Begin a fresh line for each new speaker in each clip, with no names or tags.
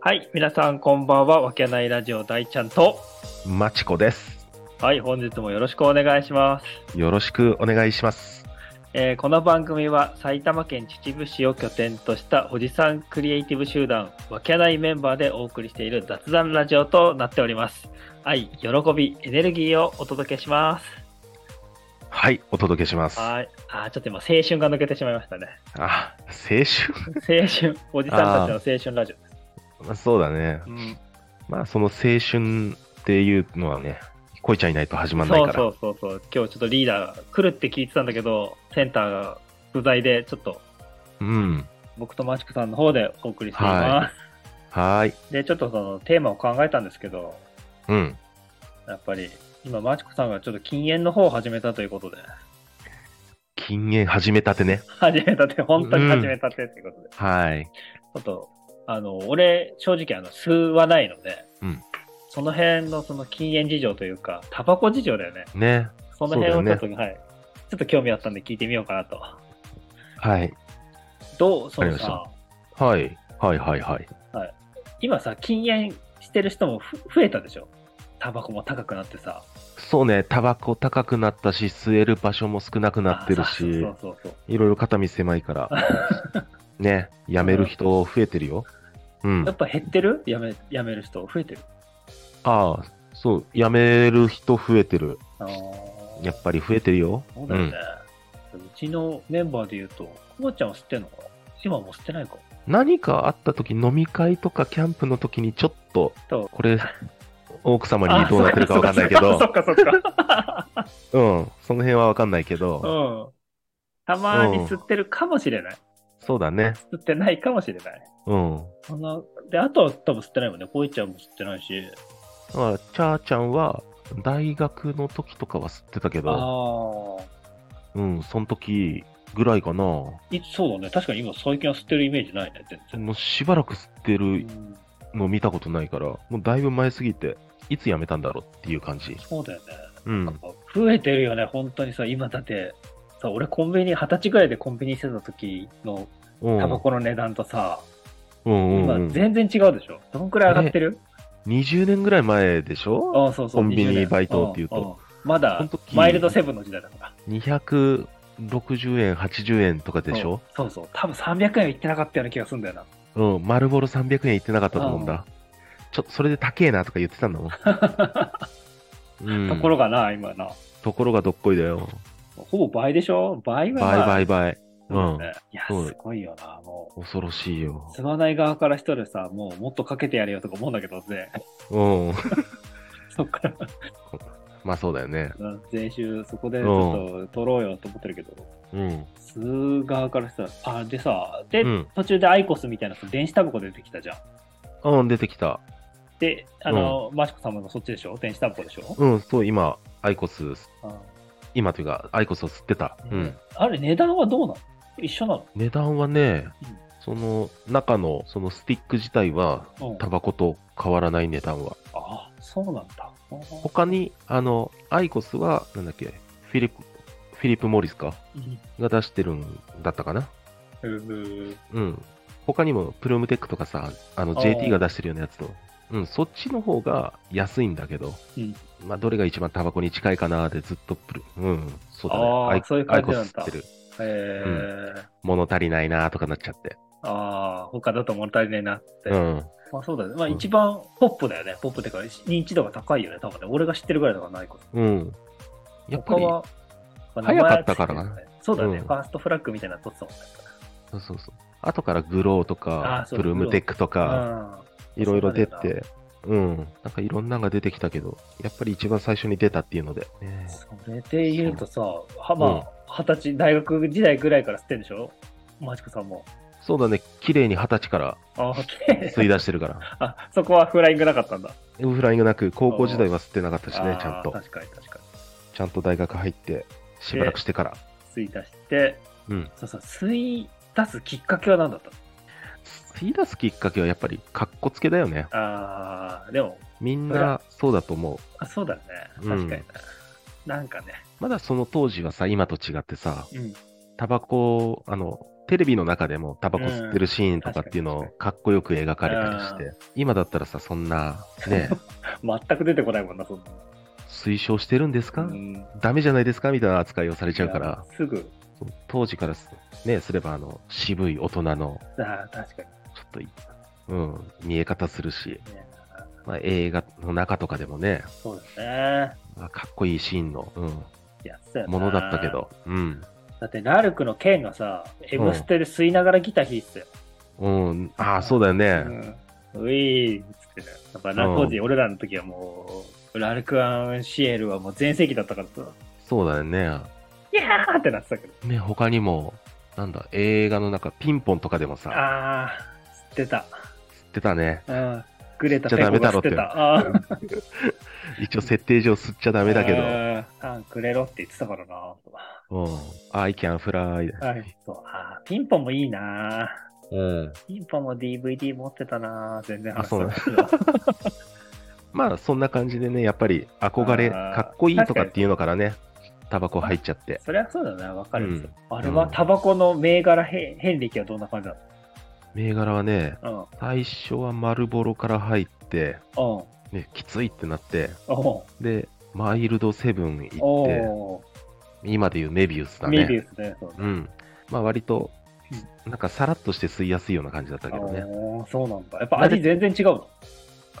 はい、皆さんこんばんは。わけないラジオ大ちゃんと。
マチコです。
はい、本日もよろしくお願いします。
よろしくお願いします。
えーこの番組は埼玉県秩父市を拠点としたおじさんクリエイティブ集団わけないメンバーでお送りしている雑談ラジオとなっております。愛、喜び、エネルギーをお届けします。
はい、お届けします。あ
はい。あー、ちょっと今青春が抜けてしまいましたね。
青
青 春、おじさんたちの青春ラジオ。
春 そうだね。
うん、
まあ、その青春っていうのはね、恋ちゃんいないと始まんない
そ
か
う
ら。
そうそうそう。今日ちょっとリーダーが来るって聞いてたんだけど、センターが不在でちょっと
うん。
僕とマチコさんの方でお送りしています。
はーい。
で、ちょっとそのテーマを考えたんですけど、
うん。
やっぱり今、マチコさんがちょっと禁煙の方を始めたということで、
禁煙始めたてね。
始めたって、本当に始めたってということで、
はい。
ちょっと、あの、俺、正直、あの、吸わないので、
うん
その辺のその禁煙事情というか、タバコ事情だよね。
ね。
その辺を
そうだ
ちょ
よ
っ
ね
と、はい。ちょっと興味あったんで聞いてみようかなと。
はい。
どう、そ
わ
の
かりま
さ、
はい。はいはいはい。
今さ、禁煙してる人もふ増えたでしょタバコも高くなってさ。
そうね、タバコ高くなったし、吸える場所も少なくなってる
あそう
し
そ、うそうそう。
いろいろ肩身狭いから、 ね、やめる人増えてるよ。うん
や。っぱ減ってるやめやめる人増えてる
ああ、そう、辞める人増えてる。
ああ、
やっぱり増えてるよ。
そうだよね、うちのメンバーで言うと、コバちゃんは吸ってんのかな今はもう吸ってないか。
何かあった時、飲み会とかキャンプの時にちょっと
そう、
これ、奥様にどうなってるかわかんないけど
あ、 そっかそっかそっか。
うん、その辺はわかんないけ
う
ど、
ん。たまに吸ってるかもしれない。
そうだね。
吸ってないかもしれない。
うん。
そんな、で、あとは多分吸ってないもんね。コイちゃんも吸ってないし。
だから、チャーちゃんは、大学の時とかは吸ってたけ
あ
ど、
あ。
うん、その時ぐらいかな。も
いそうだね。確かに今最近は吸ってるイメージないね。全然。
うしばらく吸ってる
うん
の見たことないから、もうだいぶ前すぎて、いつ辞めたんだろうっていう感じ。
そうだよね。
う
なん
ん。
か増えてるよね、本当にさ、今だって、さ、俺コンビニ、二十歳ぐらいでコンビニしてた時の
うん
タバコの値段とさ、
うんうんうん
今全然違うでしょどんくらい上がってる
20年ぐらい前でしょ
ああ、そうそう。
コンビニ
20年
バイトっていうと
んんま
そ
だ
の、時
マイルドセブンの時代だから。
260円、80円とかでしょ、
そうそうそう。多分300円いってなかったような気がするんだよな。
うん、丸ボロ300円いってなかったと思うんだ。ちょっとそれで高えなとか言ってたんだ もん。うん
ところがな、今な。
ところがどっこいだよ。
ほぼ倍でしょ倍は、ま
バイ
あ、
バイバイ。
そうだよねいや、
そう
すごいよな、もう。
恐ろしいよ。
吸わない側から一人でさ、もうもっとかけてやれよとか思うんだけど ね。
うん。
そっから。
まあそうだよね。
うん税収そこでちょっと取ろうよと思ってるけど、
うん。
す側からしたら、あ、でさ、で、
うん。
途中でアイコスみたいなさ電子タバコ出てきたじゃん。
うん、出てきた。
で、あの、マシコ様のそっちでしょ電子タバコでしょ、
うん、そう、今、アイコス、
あ
今というか、アイコスを吸ってた。うん。
あれ、値段はどうなの一緒な
値段はね
うん、
その中の、そのスティック自体は、
の、うん、
タバコと変わらない値段は。
あ、そうなんだ。あ
他に、あの、アイコスは、なんだっけ、フィリップ、フィリップ・モリスか
うん
が出してるんだったかな
うー
うん。他にも、プルームテックとかさ、あの、
あー
JT が出してるようなやつと、うん、そっちの方が安いんだけど、
うん
まあ、どれが一番タバコに近いかなーでずっとプル、うん、そうだ
あ
ね。
ー
アイ
そういう感じな
ア
んだ
イコス吸ってる。
えー
物足りないなーとかなっちゃって。
ああ、他だと物足りないなって。
うん。
まあそうだよね。まあ
うん
一番ポップだよね。ポップってか、認知度が高いよね。多分ね。俺が知ってるぐらいだからないこと。
うん。やっぱ
他
り、
は、まあ
早かったから
名
な
前はついてるねそうだね、
うん
ファーストフラッグみたいなの撮ってたもんね。
そうそうそう。後からグローと
あー
か、
そう
プルームテックとか、いろいろ出て、うん、なんかいろんなのが出てきたけど、やっぱり一番最初に出たっていうので、ね
それで言うとさ、はまあ、二十歳、大学時代ぐらいから吸ってんでしょマチコさんも。
そうだね、綺麗に二十歳から
ああ、綺麗
吸い出してるから、
あ、そこはフライングなかったんだ。
フライングなく、高校時代は吸ってなかったし
あ
ね
ー、
ちゃんと、
確かに確か
ちゃんと大学入って、しばらくしてから、
に。吸い出して、
うん、
そうそう、吸い出すきっかけは何だったの
吸い出すきっかけはやっぱり、かっこつけだよね、
ああ、でも、
みんなそうだと思う。
あそうだよね。確
うん
かにね、なんかね、
まだその当時はさ、今と違ってさ、
うん。
タバコ、あの、テレビの中でもタバコ吸ってるシーンとかっていうのをかっこよく描かれたりして、
う
今だったらさ、そんな、ね、
全く出てこないもんな、そんな。
推奨してるんですか、
うん
ダメじゃないですかみたいな扱いをされちゃうから、。
すぐ。
そう当時からす,、ね、すればあの渋い大人の、
ああ、確か
ちょっとい、うん、見え方するし、
にね。
まあ、映画の中とかでもね、
そうですね。
まあかっこいいシーンの、う
やってたよ
ん、
な
ものだったけ。ど、うん、
だって、ラルクの剣がさ、エムステで吸いながらギター弾いてたよ。
うん、ああ、そうだよね。
うんウィーンっつってね。やっぱな
うん
当時、俺らの時はもう、ラルク・アン・シエルはもう全盛期だったからさ、
そうだよね。
いやーってなってたけど。
ね、他にも、なんだ、映画の中、ピンポンとかでもさ、
あー、吸ってた。
吸ってたね。
うん。グレタ・ペ
吸っちゃ
コ
ダメだ
が吸
ろ
っ
って
てた。あー
一応設定上吸っちゃダメだけど、
うんパンくれろって言ってたからな。
うん。I can fly.
はい。そう。あーピンポンもいいな。
うん。
ピンポンも DVD 持ってたな。全然
あ
話
そうなんだ
さなかったけど
まあ、そんな感じでね、やっぱり憧れ、
あー
かっこいいとかっていうのからね、タバコ入っちゃって。
そりゃそうだな。わかるんですよ。あれ
う
は
ん
タバコの銘柄変変歴はどんな感じだっ
銘柄はね、
たの
最初は丸ボロから入って、
うん。うん。
ね、きついってなって、
お
で、マイルドセブン
ー
行って、
お
今でいうメビウス
ー。
だ
メ
ね。
ビウスね。そうね
うん。まあ、割と、なんかさらっとして吸いやすいような感じだったけどね。
おーそうなんだ。やっぱ味全然違うの。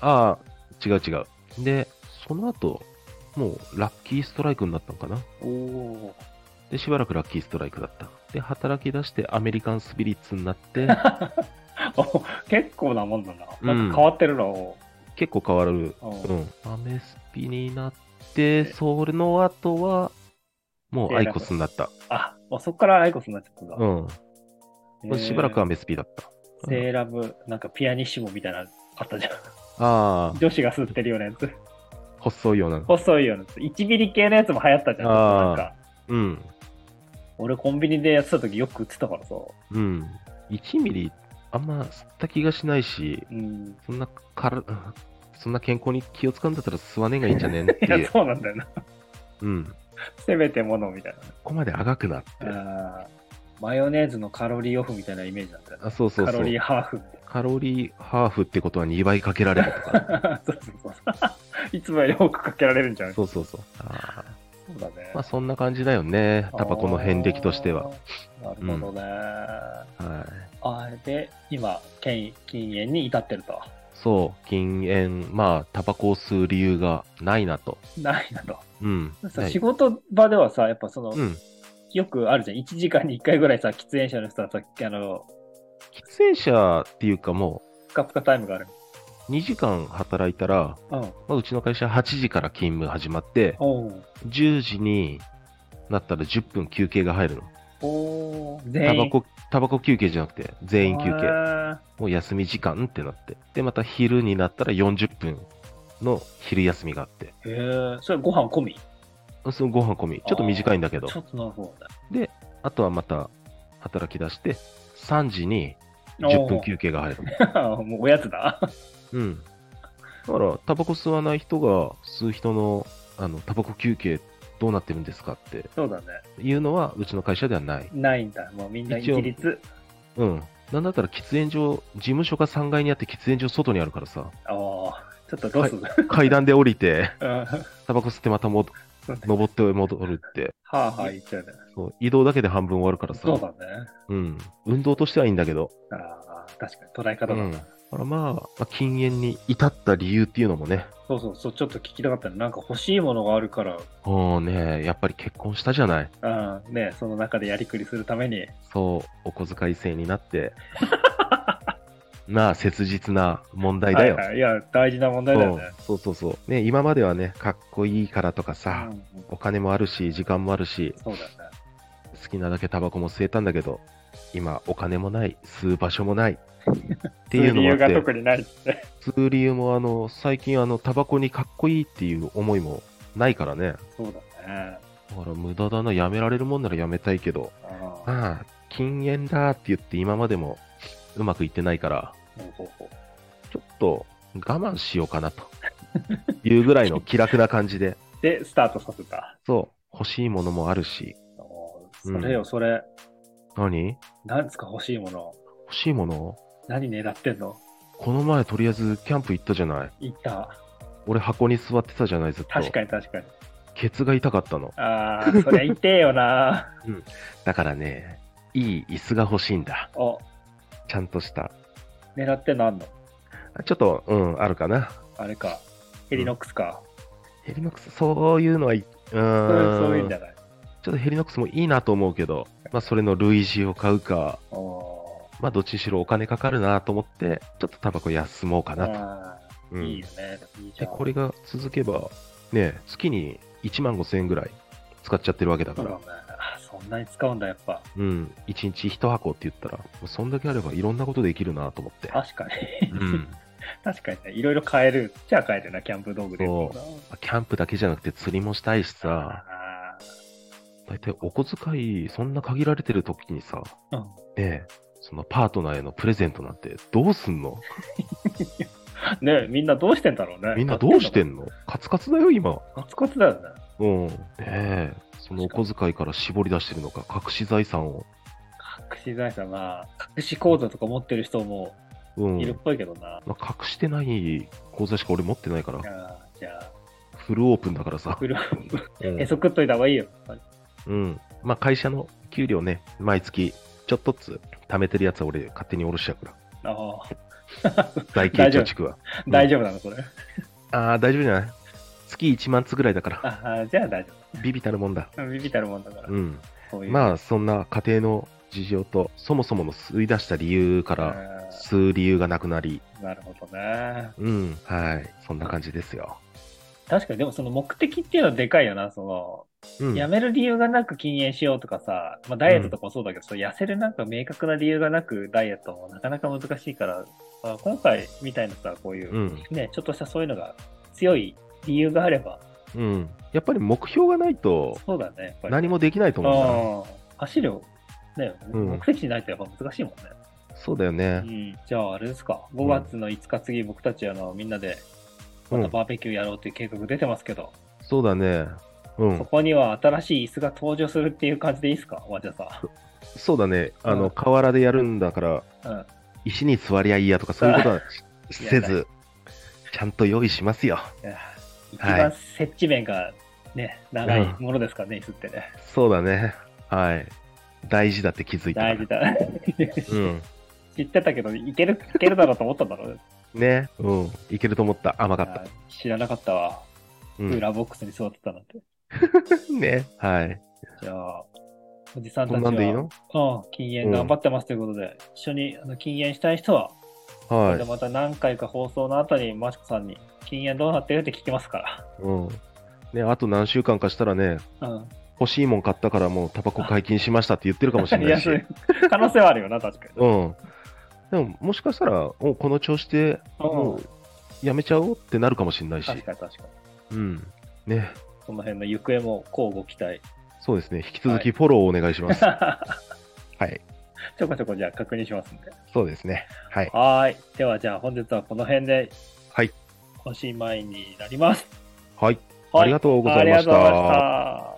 ああ、違う違う。で、その後、もうラッキーストライクになったのかな。
おお
で、しばらくラッキーストライクだった。で、働き出してアメリカンスピリッツになって、
ー。 結構なもんだな。
うん
なんか変わってるの。
結構変わる。
うん
うん。アメスピになって、その後は、もうアイコスになった。
あ、もうそっからアイコスになっちゃったんだ
うん。しばらく
は
アメスピだった。うん
セーラブ、なんかピアニッシモみたいなのあったじゃん。
あ
女子が吸ってるようなやつ。
あ、細いような。
細いようなやつ。1ミリ系のやつも流行ったじゃん。
あー
なんか
うん。
俺コンビニでやってた時よく売ってたからさ。
うん。1ミリ、あんま吸った気がしないし、
うん。
そんなから、そんな健康に気を使うんだったら吸わねえがいいんじゃねえのっ て
い
い
や、
う。
そうなんだよな。
うん。
せめてものみたい
ここまであがくなって。
な。あーマヨネーズのカロリーオフみたいなイメージだったよな。
あ、そうそう
カ
そ
ロ
う。
リーハーフみ たい
カロリーハーフってことは2倍かけられる とか。
な。そうそうそう。いつもより多くかけられるんじゃない
そうそうそう。あー
そうだね
まあそんな感じだよね。タバコの遍歴としては。。
あーなるほどね。
はい。
あれで、今、禁禁煙に至ってると。
そう、禁煙、まあ、タバコを吸う理由がないなと。
ないなと。
うん。
さ
ない
仕事場ではさ、やっぱその、
うん。
よくあるじゃん、1時間に1回ぐらいさ、喫煙者の人はさ、あの、
喫煙者っていうかも
プカプカタイムがある。
う、2時間働いたら、
うん。
まあ、うちの会社8時から勤務始まって、
おう
10時になったら10分休憩が入るの。
おー
タ
全
バ
員。
コ、タバコ休憩じゃなくて、全員休憩。
憩。
もう休み時間ってなって。で、また昼になったら40分の昼休みがあって。
へえ、それご飯込み
そのご飯込み。ちょっと短いんだけど
ち。ょっとなるほどね。
で、あとはまた働き出して、3時に10分休憩が入 る。
おーもうおやつだ。
うん。だから、タバコ吸わない人が吸う人の、あの、タバコ休憩どうなってるんですかって
そうだね。
いうのは、うちの会社ではない。
ないんだ。もうみんな一律。
うん。なんだったら喫煙所、事務所が3階にあって喫煙所外にあるか らさ、
ああ、ちょっとロス。うん
階段で降りて、
は
タバコ吸ってまた戻登って戻るって、
あはあ言っちゃうね。
そう移動だけで半分終わるからさ、
そうだね。
うん。運動としてはいいんだけど、
ああ、確かに捉え
う
方だ
ん。だからまあ、まあ禁煙に至った理由っていうのもね、
そうそうそう、ちょっと聞きたかったね。なんか欲しいものがあるから、
もうね、やっぱり結婚したじゃない。
うん、ね、その中でやりくりするために。
そう、お小遣い制にな って、なあ、切実な問題だよ。
はいはい、いや、大事な問題だよね。
そうそうそうそう。ね、今まではね、かっこいいからとかさ、
うん
お金もあるし、時間もあるし、
そうだよね。
好きなだけタバコも吸えたんだけど、今、お金もない、吸う場所もない。っていうのもあ
理由
っ
が
て、
特にないって。
吸う理由も、あの、最近、あの、タバコにかっこいいっていう思いもないからね。
そうだね。
だから、無駄だな、やめられるもんならやめたいけど、
あ
まあ、禁煙だって言って、今までもうまくいってないから、ちょっと我慢しようかなというぐらいの気楽な感じで、
で、スタートさせた。
そう、欲しいものもあるし、
それよ、それ。
何
何ですか欲しいもの。
欲しいもの
何狙ってんの
この前とりあえずキャンプ行ったじゃない。
いた。
俺箱に座ってたじゃない、ずっと。
確かに確かに。
ケツが痛かったの。
ああ、そりゃ痛えよな。
だからね、いい椅子が欲しいんだ。
お、
ちゃんとした。
狙ってんのあんの
あちょっと、うん、あるかな。
あれか。ヘリノックスか。
ヘリノックス、そういうのはい、う
そ
ー。
うんそういうんじゃない。
ちょっとヘリノックスもいいなと思うけど、まあ、それの類似を買うか、
おお
まあ、どっちにしろお金かかるなと思って、ちょっとタバコ休もうか
ー。
なと。
あ
う
ー
ん
いいよね。いいじ
で
ゃん。
これが続けば、ね、月に1万5000円ぐらい使っちゃってるわけだ
そ
か
うだね
ら、。
あそんなに使うんだ、やっぱ。
うん、1日1箱って言ったら、もうそんだけあればいろんなことできるなと思って。
確か
う
に。
ん、
確かにね。いろいろ買える。じゃあ買えるな、キャンプ道具で。
そキャンプだけじゃなくて釣りもしたいしさ、
あ
大体お小遣い、そんな限られてる時にさ、
ーうん
ねえ、そのパートナーへのプレゼントなんてどうすんの
ねえみんなどうしてんだろうね。
みんなどうして
の
んのカツカツだよ、今。
コツコツだよね。
うん。ねえ、そのお小遣いから絞り出してるのか、隠し財産を。
隠し財産な、隠し口座とか持ってる人も
うん。
いるっぽいけどな。
まあ隠してない口座しか俺持ってないから、
あーじゃ
フルオープンだから
あ、
さ。
フル
うん
へそくっといた方がいいよ。
うん。まあ、会社の給料ね、毎月、ちょっとずつ貯めてるやつは俺勝手に下ろしちゃうから。
あー
大慶貯蓄は。うん
大丈夫なの、それ。
ああ、大丈夫じゃない月1万つぐらいだから、
ああ、じゃあ大丈
ビビたるもんだ。
夫。ビビたるもんだから。
うん。
こういう
まあ、そんな家庭の事情と、そもそもの吸い出した理由から、
あ
吸う理由がなくなり、
ーなるほどね。
うん、はい、そんな感じですよ。
確かに、でもその目的っていうのはでかいよな。そ
うん、
の、やめる理由がなく禁煙しようとかさ、まあダイエットとかもそうだけど、そう痩せるなんか明確な理由がなくダイエットもなかなか難しいから、まあ今回みたいなさ、こういう
う、ん、
ね、ちょっとしたそういうのが強い理由があれば、
うん。やっぱり目標がないと、
そうだね、やっぱり。
何もできないと思うんだよ
ああ、走る、ね、
うん
目的地ないとやっぱ難しいもんね。
そうだよ
う
ね。
ん、じゃあ、あれですか、5月の5日、次、僕たちあのみんなで、
う
また
ん、
バーベキューやろうっていう計画出てますけど、
そうだね。う
そ
ん、
こには新しい椅子が登場するっていう感じでいいですか、和田さ
そうだね。あ
う
の、
ん
河原でやるんだから、
ん。うん、
石に座りゃいいやとか、そういうことは し
いや
せず、ちゃんと用意しますよ。
いや一
はい
番接地面が、ね、長い
うん
ものですからね、椅子ってね。
そうだね。はい。大事だって気づいたから。
大事だ。
うん。
知ってたけど、いける、いけるだろうと思ったんだ ろうね。
ね。うん。いけると思った。甘かった。
あ知らなかったわ。
う
クー
ん。
ラーボックスに座ってたなんて。
ね。はい。
じゃあ、おじさんたち
こん
は、
なんでいいの
うん、禁煙頑張ってますということで、一緒にあの禁煙したい人は、
は
で
い。
また何回か放送の後に、マシコさんに、禁煙どうなってるって聞きますか
うん。ね、あと何週間かしたらね、
ら。うん。
欲しいもん買ったからもうタバコ解禁しましたって言ってるかもしれないし。
いやそういう可能性はあるよな、確かに。
うん。でも、もしかしたら、もうこの調子で、
うん
もう、やめちゃおうってなるかもしれないし。
確かに確かに。
うん。ね。
その辺の行方も交互期待。
そうですね。引き続きフォローをお願いします。はい。
ちょこちょこじゃあ確認しますんで。
そうですね。はい。
はーい。ではじゃあ本日はこの辺で、
はい。
おしまいになります。
はい。
はい
ありがとうございました
ありがとうございました。